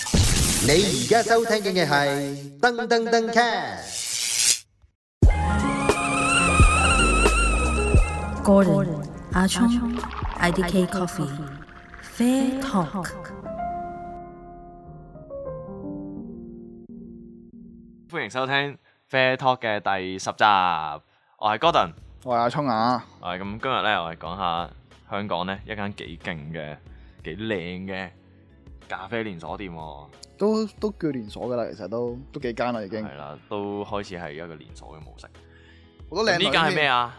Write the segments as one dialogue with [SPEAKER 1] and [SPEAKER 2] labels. [SPEAKER 1] 你而家收聽嘅係噔噔噔 cast。
[SPEAKER 2] Gordon Ah 阿聰 IDK Coffee Fair Talk。
[SPEAKER 3] 歡迎收聽 Fair Talk 嘅第十集，我係 Gordon，
[SPEAKER 4] 我係阿聰啊，
[SPEAKER 3] 啊咁今日咧我哋講下香港咧一間幾勁嘅、幾靚嘅咖啡連鎖店喎，
[SPEAKER 4] 都都叫連鎖噶啦，其實都都幾間啦已經，
[SPEAKER 3] 係啦，都開始係一個連鎖嘅模式。
[SPEAKER 4] 好多靚
[SPEAKER 3] 咁
[SPEAKER 4] 女
[SPEAKER 3] 呢間係咩
[SPEAKER 4] 啊
[SPEAKER 3] 啊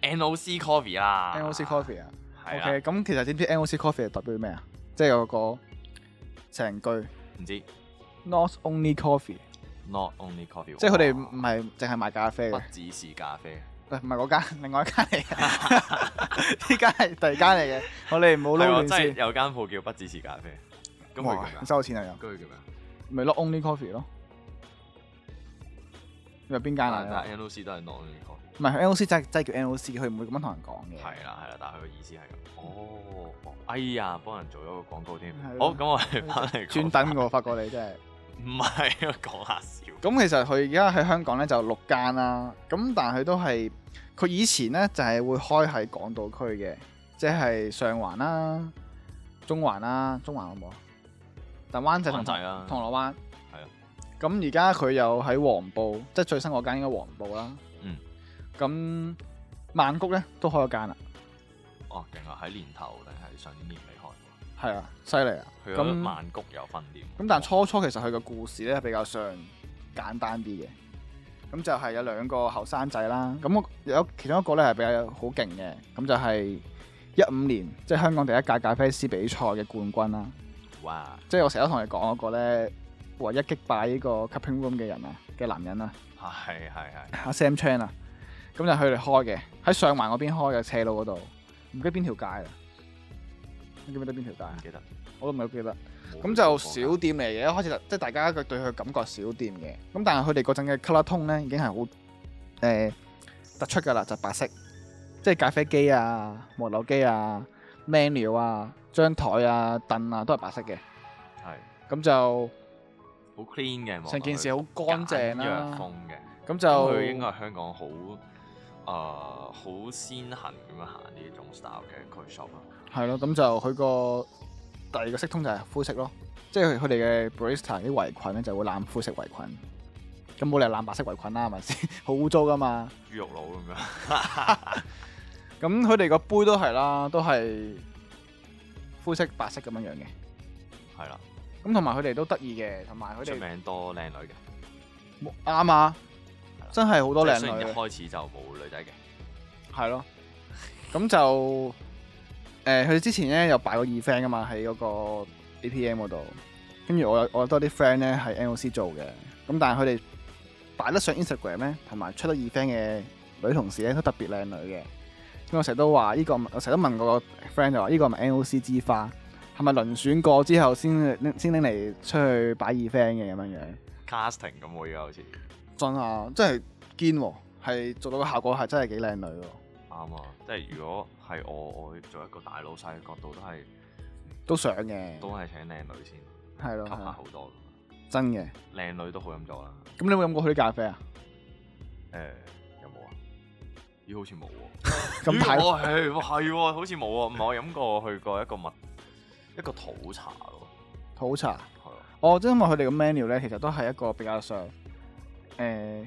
[SPEAKER 3] ？NOC Coffee 啦
[SPEAKER 4] ？NOC Coffee 啊
[SPEAKER 3] 係
[SPEAKER 4] ，OK，
[SPEAKER 3] 啦，
[SPEAKER 4] 咁其實知唔知 NOC Coffee 係代表咩啊？即係有個成句
[SPEAKER 3] 唔知
[SPEAKER 4] Not Only Coffee，
[SPEAKER 3] Not Only Coffee，
[SPEAKER 4] 即係佢哋
[SPEAKER 3] 哇
[SPEAKER 4] 唔係淨係賣咖啡
[SPEAKER 3] 不
[SPEAKER 4] 嘅，
[SPEAKER 3] 只是咖啡，
[SPEAKER 4] 喂唔係嗰間，另 外一間嚟嘅，呢間係第二間嚟嘅，我哋唔好
[SPEAKER 3] 係
[SPEAKER 4] 撈
[SPEAKER 3] 喎真
[SPEAKER 4] 亂
[SPEAKER 3] 係
[SPEAKER 4] 先。
[SPEAKER 3] 有間鋪叫不只是咖啡，咁佢叫咩
[SPEAKER 4] 哇，
[SPEAKER 3] 啊？
[SPEAKER 4] 收錢啊又，
[SPEAKER 3] 咁佢叫咩啊？
[SPEAKER 4] 咪 Not Only Coffee 咯。有邊間
[SPEAKER 3] 但
[SPEAKER 4] 啊？
[SPEAKER 3] 但 NOC 都係 Not Only Coffee。
[SPEAKER 4] 唔係 NOC 真係真係叫 NOC，佢唔會咁樣同人講嘅。
[SPEAKER 3] 係啦係啦，但係佢嘅意思係咁。哦，哦哎呀，幫人做咗個廣告添。
[SPEAKER 4] 係
[SPEAKER 3] 好，
[SPEAKER 4] 咯
[SPEAKER 3] 咁我哋翻嚟講
[SPEAKER 4] 專登我發覺你真係。
[SPEAKER 3] 唔係啊，講下笑。
[SPEAKER 4] 咁其實佢而家喺香港咧就六間啦，咁但係佢都係佢以前咧就係、會開喺港島區嘅，即係上環啦、中環啦、中環好冇啊？但灣仔同
[SPEAKER 3] 灣仔啦
[SPEAKER 4] 銅鑼灣
[SPEAKER 3] 係啊。
[SPEAKER 4] 咁而家佢又喺黃埔，即係最新嗰間應該黃埔啦。
[SPEAKER 3] 嗯。
[SPEAKER 4] 咁曼谷咧都開咗間啦，
[SPEAKER 3] 哦，勁啊！喺年頭定係上年年尾開
[SPEAKER 4] 係啊，犀利啊！
[SPEAKER 3] 嘅，去咗
[SPEAKER 4] 咁
[SPEAKER 3] 曼谷有分店。
[SPEAKER 4] 咁但係初初其實佢嘅故事咧比較上簡單啲嘅，咁就係有兩個後生仔啦。咁我有其中一個咧係比較好勁嘅，咁就係一五年即係香港第一屆咖啡師比賽嘅冠軍啦。
[SPEAKER 3] 哇
[SPEAKER 4] 即係我成日都同你講嗰個咧，唯一擊敗呢個 cupping room 嘅人啊嘅男人啊，
[SPEAKER 3] 係係係
[SPEAKER 4] 阿 Sam Chan 啊，咁就佢哋開嘅喺上環嗰邊開嘅斜路嗰度，唔記得邊條街啦，你記唔記得邊條街啊
[SPEAKER 3] 唔？記得。
[SPEAKER 4] 我都唔係好記得。
[SPEAKER 3] 冇
[SPEAKER 4] 咁
[SPEAKER 3] 去
[SPEAKER 4] 就
[SPEAKER 3] 過
[SPEAKER 4] 小店嚟嘅，一開始就即係大家佢對佢感覺小店嘅。咁但係佢哋嗰陣嘅 colour tone 咧已經係好誒突出㗎啦，就白色，即係咖啡機啊、磨豆機啊、menu 啊、張台啊、凳啊都係白色嘅。
[SPEAKER 3] 㗎係
[SPEAKER 4] 咁就
[SPEAKER 3] 好 clean 嘅望落去，
[SPEAKER 4] 成件事好乾淨
[SPEAKER 3] 簡約風。
[SPEAKER 4] 啦
[SPEAKER 3] 嘅。
[SPEAKER 4] 咁
[SPEAKER 3] 咁
[SPEAKER 4] 就
[SPEAKER 3] 佢應該係香港好誒好先行咁樣行呢種 style 嘅 coffee shop 啊。
[SPEAKER 4] 係咯，咁就佢個第二個色通就係灰色咯，即係佢哋嘅 barista 啲圍裙咧就會攬灰色圍裙。咁冇理由攬白色圍裙啦，係咪先？ 好污糟㗎嘛〜
[SPEAKER 3] 豬肉佬咁樣。
[SPEAKER 4] 咁佢哋個杯都係啦，都係灰色、白色咁樣樣嘅。
[SPEAKER 3] 係啦，
[SPEAKER 4] 咁同埋佢哋都得意嘅，同埋佢
[SPEAKER 3] 出
[SPEAKER 4] 哋
[SPEAKER 3] 名多靚女嘅。
[SPEAKER 4] 冇啱啊
[SPEAKER 3] 係啦！
[SPEAKER 4] 真係好多
[SPEAKER 3] 即係
[SPEAKER 4] 靚
[SPEAKER 3] 雖然
[SPEAKER 4] 女啊
[SPEAKER 3] 一
[SPEAKER 4] 嘅，
[SPEAKER 3] 開始就冇女仔嘅，
[SPEAKER 4] 係咯。咁就誒，呃佢、哋之前咧有擺過 E event 噶嘛，喺嗰個 APM 嗰度。跟住我有我有多啲 friend 咧喺 NOC 做嘅，咁但係佢哋擺得上 Instagram 咧，同埋出得 event 嘅女同事咧都特別靚女嘅。咁我成日都話呢、個，我成日都問我個 friend 就話呢個係咪 NOC 之花，係咪遴選過之後先拎先拎嚟出去擺 event 嘅咁樣樣？
[SPEAKER 3] casting 咁喎，而家好似
[SPEAKER 4] 真啊，真係堅喎，係做到個效果係真係幾靚女喎，
[SPEAKER 3] 啱啊！即係如果係我，我做一個大老細嘅角度，都係
[SPEAKER 4] 都想嘅，
[SPEAKER 3] 都係請靚女先，
[SPEAKER 4] 係咯，
[SPEAKER 3] 吸
[SPEAKER 4] 係
[SPEAKER 3] 下哦
[SPEAKER 4] 啊
[SPEAKER 3] 好多。
[SPEAKER 4] 真嘅。
[SPEAKER 3] 靚女都好飲咗啦。
[SPEAKER 4] 咁你有冇飲過佢啲咖啡啊？
[SPEAKER 3] 誒，有冇啊？咦，好似冇喎。
[SPEAKER 4] 咁
[SPEAKER 3] 睇，
[SPEAKER 4] 睇
[SPEAKER 3] 我係喎係喎，好似冇喎。唔係我飲過，去過一個物一個土茶咯，
[SPEAKER 4] 好茶，
[SPEAKER 3] 係啊，
[SPEAKER 4] 哦，即係因為佢哋嘅 menu 咧，其實都係一個比較上誒、呃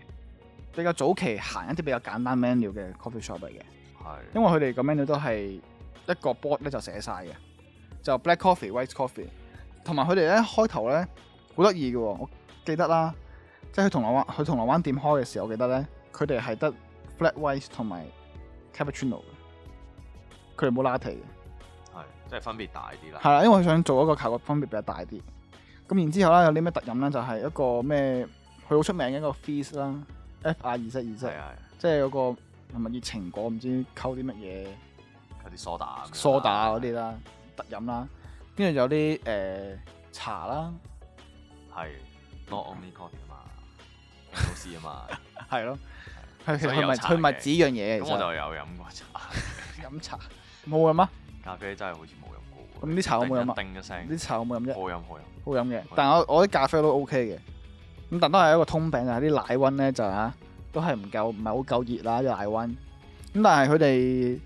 [SPEAKER 4] 比較早期行一啲比較簡單 menu 嘅 coffee shop 嚟嘅，
[SPEAKER 3] 係
[SPEAKER 4] 因為佢哋個 menu 都係一個 board 咧就寫晒嘅，就 black coffee、white coffee，同埋佢哋咧開頭咧好得意嘅喎，我記得啦，即係去銅鑼灣去銅鑼灣店開嘅時候，我記得咧佢哋係得 flat white 同埋 cappuccino 嘅，佢哋冇 latte 嘅。
[SPEAKER 3] 係即係分別大啲啦。
[SPEAKER 4] 係啦，因為佢想做一個效果分別比較大啲。咁然之後咧，有啲咩特飲咧，就係、一個咩，佢好出名嘅一個 fizz 啦，F R 二式二
[SPEAKER 3] 係
[SPEAKER 4] 式，
[SPEAKER 3] 啊，
[SPEAKER 4] 即係嗰個係咪熱情果唔知溝啲乜嘢
[SPEAKER 3] 有啲梳打咁樣啦
[SPEAKER 4] 梳打嗰啲
[SPEAKER 3] 啊
[SPEAKER 4] 啦，特飲啦，跟住有啲誒、呃茶啦，
[SPEAKER 3] 係 not only coffee 啊嘛，老師啊嘛，
[SPEAKER 4] 係咯，係其
[SPEAKER 3] 所
[SPEAKER 4] 實
[SPEAKER 3] 以有
[SPEAKER 4] 佢咪
[SPEAKER 3] 茶嘅
[SPEAKER 4] 佢咪指樣嘢
[SPEAKER 3] 咁
[SPEAKER 4] 其
[SPEAKER 3] 我
[SPEAKER 4] 實
[SPEAKER 3] 就有飲過茶。
[SPEAKER 4] 飲茶冇嘅咩？
[SPEAKER 3] 咖啡真係好似冇飲過喎，嘅
[SPEAKER 4] 咁啲茶我冇飲啊
[SPEAKER 3] 突然間叮一聲，
[SPEAKER 4] 啲茶有冇飲啫？
[SPEAKER 3] 好飲好飲。
[SPEAKER 4] 好飲嘅，但我我啲咖啡都 OK 嘅，咁但都係一個通病，就係啲奶温咧就嚇都係唔夠，唔係好夠熱啦啲奶温。咁但係佢哋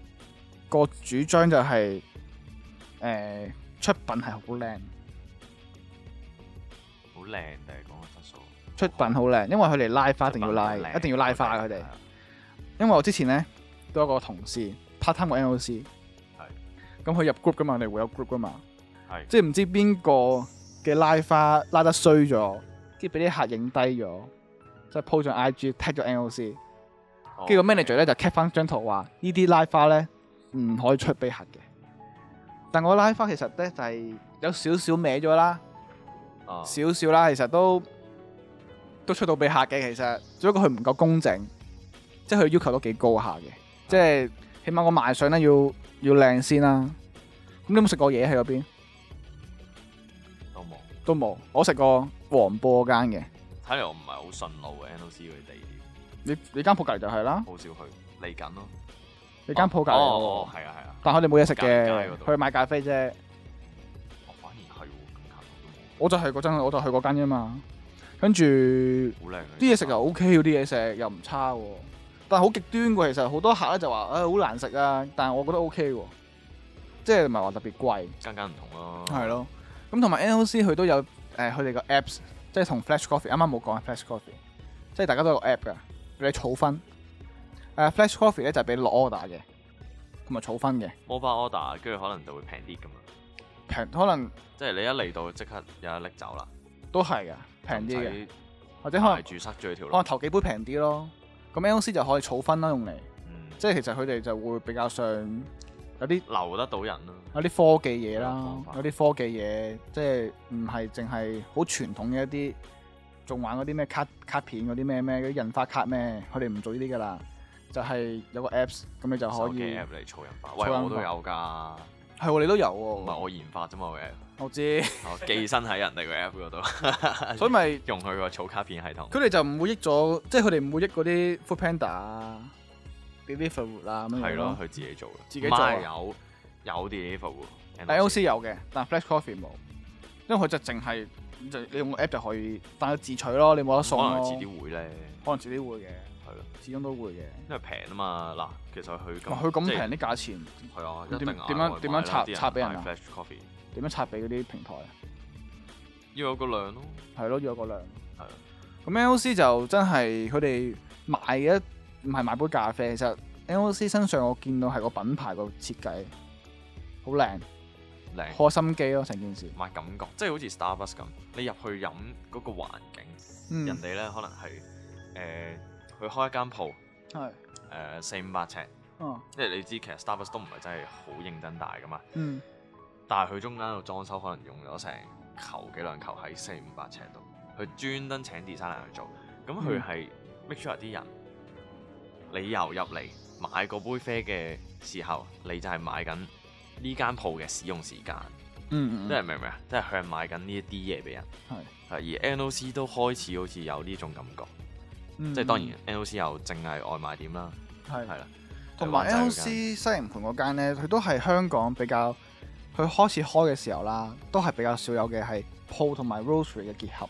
[SPEAKER 4] 個主張就係、呃出品係好靚，
[SPEAKER 3] 好靚定係講個質素？
[SPEAKER 4] 出品好靚，因為佢哋拉花一定要拉，
[SPEAKER 3] 出品好靚
[SPEAKER 4] 一定要拉花佢哋
[SPEAKER 3] 係。啊
[SPEAKER 4] 因為我之前咧都有個同事 part time 個 NOC，咁佢入 group 噶嘛，你會有 group 噶嘛，
[SPEAKER 3] 係
[SPEAKER 4] 即係唔知邊個嘅拉花拉得衰咗，跟住俾啲客影低咗，即係 po 上 IG tag 咗 NOC，
[SPEAKER 3] 哦
[SPEAKER 4] 跟住個 manager 咧就 cap 翻張圖話呢啲拉花咧唔可以出俾客嘅，但我拉花其實咧就係、有少少歪咗啦，
[SPEAKER 3] 啊
[SPEAKER 4] 少少啦，其實都都出到俾客嘅，其實只不過佢唔夠工整，即係佢要求都幾高下嘅，即係起碼我賣相咧要要靚先啦。咁你有冇食過嘢喺嗰邊？
[SPEAKER 3] 都冇。
[SPEAKER 4] 都冇，我食過黃波嗰間嘅，
[SPEAKER 3] 睇嚟我唔係好順路嘅 NOC 嗰啲地點，
[SPEAKER 4] 你你間鋪隔離就係啦，
[SPEAKER 3] 好少去嚟緊咯。
[SPEAKER 4] 你間鋪隔離
[SPEAKER 3] 哦，哦
[SPEAKER 4] 喎，
[SPEAKER 3] 係啊係啊，
[SPEAKER 4] 但佢哋冇嘢食
[SPEAKER 3] 隔離街
[SPEAKER 4] 嘅
[SPEAKER 3] 嗰，度
[SPEAKER 4] 去買咖啡啫。
[SPEAKER 3] 我哦反而係喎，咁
[SPEAKER 4] 我就係嗰陣，我就去嗰間啫嘛。跟住啲
[SPEAKER 3] 近我都冇好靚啊。
[SPEAKER 4] 嘢食又 O K，啲嘢食又唔差喎。但係好極端嘅，其實好多客咧就話誒好難食啊，但係我覺得 O K 喎，即係唔係話特別貴。
[SPEAKER 3] 間間唔同咯。
[SPEAKER 4] 係咯，咁同埋 NOC 佢都有誒佢哋個 Apps，即係同 Flash Coffee 啱啱冇講啊 Flash Coffee，即係大家都有個 App 㗎，俾你儲分。誒、Flash Coffee 咧就係俾你落 order 嘅，同埋儲分嘅，
[SPEAKER 3] mobile order，跟住可能就會平啲咁樣。
[SPEAKER 4] 平可能
[SPEAKER 3] 即係你一嚟到即刻有得拎走啦，
[SPEAKER 4] 都係㗎，平啲嘅，
[SPEAKER 3] 嘅，
[SPEAKER 4] 或者可能
[SPEAKER 3] 排住塞住條路
[SPEAKER 4] 可能。頭幾杯平啲咯。咁 NOC 就可以儲分啦，用嚟，
[SPEAKER 3] 嗯，
[SPEAKER 4] 即係其實佢哋就會比較上有啲
[SPEAKER 3] 留得到人咯。
[SPEAKER 4] 有啲科技嘢
[SPEAKER 3] 有
[SPEAKER 4] 啦
[SPEAKER 3] 方，法
[SPEAKER 4] 有啲科技嘢，即係唔係淨係好傳統嘅一啲，仲玩嗰啲咩卡卡片嗰啲咩咩嗰啲印花卡咩，佢哋唔做呢啲噶啦，就係、有個 apps，咁你就可
[SPEAKER 3] 手機
[SPEAKER 4] 以
[SPEAKER 3] app 嚟儲人化，
[SPEAKER 4] 儲
[SPEAKER 3] 喂，
[SPEAKER 4] 人化
[SPEAKER 3] 我都有㗎，
[SPEAKER 4] 係喎，你都有
[SPEAKER 3] 唔係
[SPEAKER 4] 喎，
[SPEAKER 3] 我研發啫嘛個 app，
[SPEAKER 4] 我知，
[SPEAKER 3] 我寄身喺人哋個 app 嗰度，
[SPEAKER 4] 所以咪
[SPEAKER 3] 用佢個儲卡片系統。
[SPEAKER 4] 佢哋就唔會益咗，即係佢哋唔會益嗰啲 Food Panda 啊、Deliveroo 啊咁樣
[SPEAKER 3] 係
[SPEAKER 4] 樣
[SPEAKER 3] 咯
[SPEAKER 4] 咯，。
[SPEAKER 3] 佢自己做嘅，
[SPEAKER 4] 自己做啊啊
[SPEAKER 3] 唔係有有 deliver 喎
[SPEAKER 4] I O C 有嘅，但 Flash Coffee 冇，因為佢就淨係就你用個 app 就可以，但係自取咯，你冇得
[SPEAKER 3] 可
[SPEAKER 4] 送啊
[SPEAKER 3] 能
[SPEAKER 4] 咯，
[SPEAKER 3] 佢遲啲會咧，
[SPEAKER 4] 可能自己會嘅，
[SPEAKER 3] 係咯，
[SPEAKER 4] 始終都會嘅。
[SPEAKER 3] 因為平啊嘛。嗱，其實佢
[SPEAKER 4] 哇！
[SPEAKER 3] 咁
[SPEAKER 4] 佢咁
[SPEAKER 3] 即係
[SPEAKER 4] 平啲價錢，
[SPEAKER 3] 係啊，
[SPEAKER 4] 點
[SPEAKER 3] 一定
[SPEAKER 4] 點樣點樣插插俾人啊
[SPEAKER 3] f l a s h coffee
[SPEAKER 4] 點樣拆俾嗰啲平台啊？
[SPEAKER 3] 要有個量咯，
[SPEAKER 4] 係咯，要有個量。
[SPEAKER 3] 係啊
[SPEAKER 4] 咁 NOC 就真係佢哋買嘅唔係買杯咖啡，其實 NOC 身上我見到係個品牌個設計好靚，
[SPEAKER 3] 靚。
[SPEAKER 4] 開心機咯成件事。
[SPEAKER 3] 唔係感覺，即係好似 Starbucks 咁，你入去飲嗰個環境，
[SPEAKER 4] 嗯，
[SPEAKER 3] 人哋咧可能呃係誒佢開一間鋪
[SPEAKER 4] 係，
[SPEAKER 3] 誒四五百尺，
[SPEAKER 4] 嗯
[SPEAKER 3] 即係你知其實 Starbucks 都唔係真係好認真大噶嘛，
[SPEAKER 4] 嗯，
[SPEAKER 3] 但係佢中間度裝修可能用咗成球幾兩球喺四五百尺度，佢專登請 designer 去做，咁
[SPEAKER 4] 嗯
[SPEAKER 3] 佢係 make sure 啲人你由入嚟買嗰杯啡嘅時候，你就係買緊呢間鋪嘅使用時間。
[SPEAKER 4] 嗯嗯嗯
[SPEAKER 3] 即係明唔明啊？即係佢係賣緊呢一啲嘢俾人，
[SPEAKER 4] 係
[SPEAKER 3] 係而 NOC 都開始好似有呢種感覺，
[SPEAKER 4] 嗯，
[SPEAKER 3] 即係當然 NOC 又淨係外賣點啦，係
[SPEAKER 4] 係。
[SPEAKER 3] 啦，
[SPEAKER 4] 同埋
[SPEAKER 3] 灣仔嗰
[SPEAKER 4] NOC 西營盤嗰間咧，佢都係香港比較，佢開始開嘅時候啦，都係比較少有嘅係鋪同埋 roastery 嘅結合。
[SPEAKER 3] 間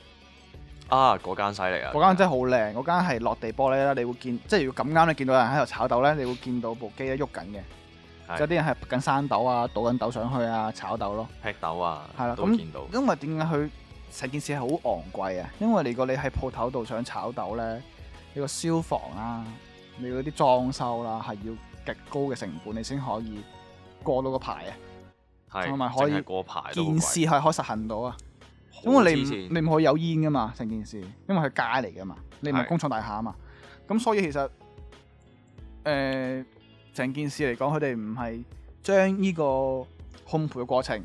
[SPEAKER 3] 啊嗰間犀利啊，
[SPEAKER 4] 嗰間真係好靚，嗰間係落地玻璃啦，你會見，即係如果咁啱你見到有人喺度炒豆咧，你會見到部機咧喐緊嘅，
[SPEAKER 3] 係
[SPEAKER 4] 有啲人係拔緊生豆啊，倒緊豆上去啊，炒豆咯，
[SPEAKER 3] 劈豆啊，
[SPEAKER 4] 係啦，
[SPEAKER 3] 都見到
[SPEAKER 4] 咁因為點解佢成件事係好昂貴啊？因為你個你喺鋪頭度想炒豆咧，你個消防啦、你嗰啲裝修啦、係要極高嘅成本，你先可以過到個牌啊，
[SPEAKER 3] 係
[SPEAKER 4] 同埋可以
[SPEAKER 3] 淨係過牌都好
[SPEAKER 4] 件事
[SPEAKER 3] 貴，
[SPEAKER 4] 係可以實行到啊。因
[SPEAKER 3] 好
[SPEAKER 4] 為你
[SPEAKER 3] 黐
[SPEAKER 4] 唔
[SPEAKER 3] 線
[SPEAKER 4] 你唔可以有煙噶嘛，成件事，因為佢街嚟噶嘛，你唔係
[SPEAKER 3] 係
[SPEAKER 4] 工廠大廈啊嘛，咁所以其實誒成、件事嚟講，佢哋唔係將呢個烘焙嘅過程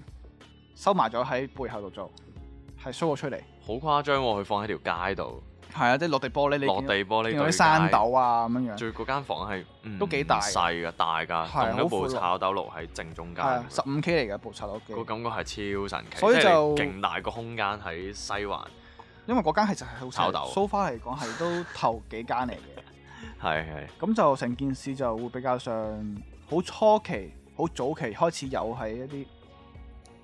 [SPEAKER 4] 收埋咗喺背後度做，係 show 咗出嚟，
[SPEAKER 3] 好誇張喎，佢放喺條街度，
[SPEAKER 4] 係啊，即係落地玻璃，你
[SPEAKER 3] 落地玻璃
[SPEAKER 4] 見
[SPEAKER 3] 對
[SPEAKER 4] 到啲
[SPEAKER 3] 街
[SPEAKER 4] 山，豆啊咁樣樣，
[SPEAKER 3] 最嗰間房係嗯
[SPEAKER 4] 都幾大
[SPEAKER 3] 細㗎，大㗎，
[SPEAKER 4] 係
[SPEAKER 3] 棟一部
[SPEAKER 4] 好闊落
[SPEAKER 3] 炒豆爐喺正中
[SPEAKER 4] 係
[SPEAKER 3] 間
[SPEAKER 4] 啊，
[SPEAKER 3] 咁樣，
[SPEAKER 4] 十五 K 嚟嘅部茶樓機，
[SPEAKER 3] 個感覺係超神奇，
[SPEAKER 4] 所以
[SPEAKER 3] 即係
[SPEAKER 4] 就
[SPEAKER 3] 你勁大個空間喺西環，
[SPEAKER 4] 因為嗰間其實係好
[SPEAKER 3] 炒豆
[SPEAKER 4] so far 嚟講係都頭幾間嚟嘅。
[SPEAKER 3] 係係
[SPEAKER 4] 咁就成件事就會比較上好初期、好早期開始有喺一啲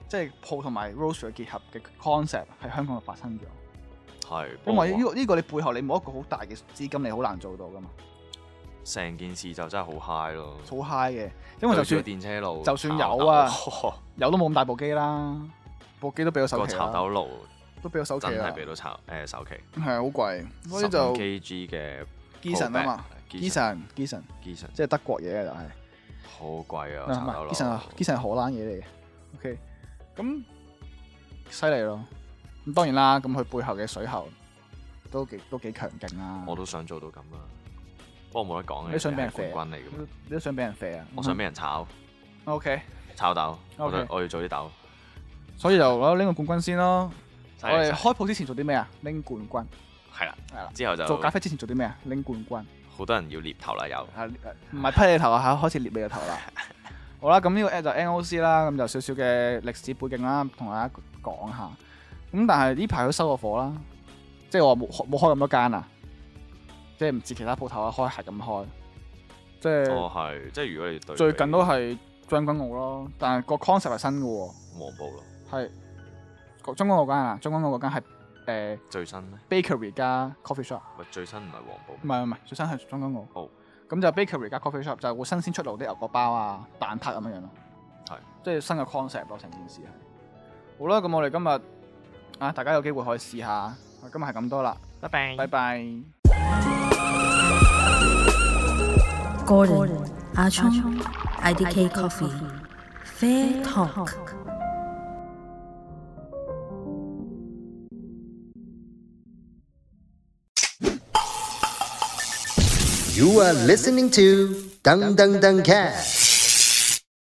[SPEAKER 4] 即係鋪同埋 roaster 結合嘅 concept 喺香港度發生咗。
[SPEAKER 3] 係，
[SPEAKER 4] 因為呢、
[SPEAKER 3] 不過
[SPEAKER 4] 個呢、個你背後你冇一個好大嘅資金，你好難做到噶嘛，
[SPEAKER 3] 成件事就真係好 high 咯。
[SPEAKER 4] 好 high 嘅。因
[SPEAKER 3] 對
[SPEAKER 4] 為就
[SPEAKER 3] 住
[SPEAKER 4] 算
[SPEAKER 3] 個電車路，
[SPEAKER 4] 就算有啊
[SPEAKER 3] 炒豆
[SPEAKER 4] 有都冇咁大部機啦，部機都俾我首
[SPEAKER 3] 個
[SPEAKER 4] 期
[SPEAKER 3] 炒
[SPEAKER 4] 啦，
[SPEAKER 3] 豆路
[SPEAKER 4] 都俾我首期
[SPEAKER 3] 真
[SPEAKER 4] 啦
[SPEAKER 3] 係，俾到炒誒首期，
[SPEAKER 4] 啊係好貴，所以
[SPEAKER 3] 十
[SPEAKER 4] 就
[SPEAKER 3] KG 嘅
[SPEAKER 4] Gison 啊嘛
[SPEAKER 3] Gison
[SPEAKER 4] ，Gison，Gison 即
[SPEAKER 3] Gison
[SPEAKER 4] 係德國嘢嘅就係。
[SPEAKER 3] 好貴
[SPEAKER 4] 唔
[SPEAKER 3] 啊！炒豆
[SPEAKER 4] 係
[SPEAKER 3] 路
[SPEAKER 4] Gison 啊，Gison 係荷蘭嘢嚟嘅。OK，咁犀利咯。咁當然啦，咁佢背後嘅水喉都幾都幾強勁啦。
[SPEAKER 3] 我都想做到咁啊！不過冇得講嘅，
[SPEAKER 4] 你想俾人
[SPEAKER 3] 係
[SPEAKER 4] 肥啊
[SPEAKER 3] 冠軍嚟嘅嘛，
[SPEAKER 4] 你都想俾人肥啊？
[SPEAKER 3] 我想俾人炒
[SPEAKER 4] OK，
[SPEAKER 3] 炒豆，我
[SPEAKER 4] OK
[SPEAKER 3] 就我要做啲豆。
[SPEAKER 4] 所以就攞拎個冠軍先咯。
[SPEAKER 3] 犀
[SPEAKER 4] 我
[SPEAKER 3] 利
[SPEAKER 4] 哋
[SPEAKER 3] 犀利
[SPEAKER 4] 開鋪之前做啲咩啊？拎冠軍。
[SPEAKER 3] 係啦，
[SPEAKER 4] 係啦。
[SPEAKER 3] 之後就
[SPEAKER 4] 做咖啡之前做啲咩啊？拎冠軍。
[SPEAKER 3] 好多人要獵頭啦，又
[SPEAKER 4] 啊，唔係批你頭啊，開始捏你個頭 啦。好啦，咁呢個 app 就 NOC 啦，咁就少少嘅歷史背景啦，同大家講下。咁但係呢排都收過火啦，即係我冇冇開咁多間啊，即係唔似其他鋪頭啊，開係咁開。即係
[SPEAKER 3] 哦係，即係如果你對
[SPEAKER 4] 最近都係將軍澳咯，但係個 concept 係新嘅喎，
[SPEAKER 3] 黃埔咯，
[SPEAKER 4] 係個將軍澳嗰間啊，將軍澳嗰間係
[SPEAKER 3] 最新咧，
[SPEAKER 4] 誒 bakery 加 coffee shop。
[SPEAKER 3] 喂最新唔係黃埔
[SPEAKER 4] 唔係唔係，最新係將軍澳。
[SPEAKER 3] 好
[SPEAKER 4] 咁就 bakery 加 coffee shop 就會新鮮出爐啲牛角包啊、蛋撻咁樣樣咯。
[SPEAKER 3] 係。
[SPEAKER 4] 即係新嘅 concept 咯，成件事係。好啦，咁我哋今日啊，大家有機會可以試下。啊今日係咁多啦，
[SPEAKER 3] 拜拜
[SPEAKER 4] 拜拜。
[SPEAKER 2] Gordon, Ah Achong, IDK Coffee, Fair Talk.
[SPEAKER 1] You are listening to Dung Dung Dung Cat.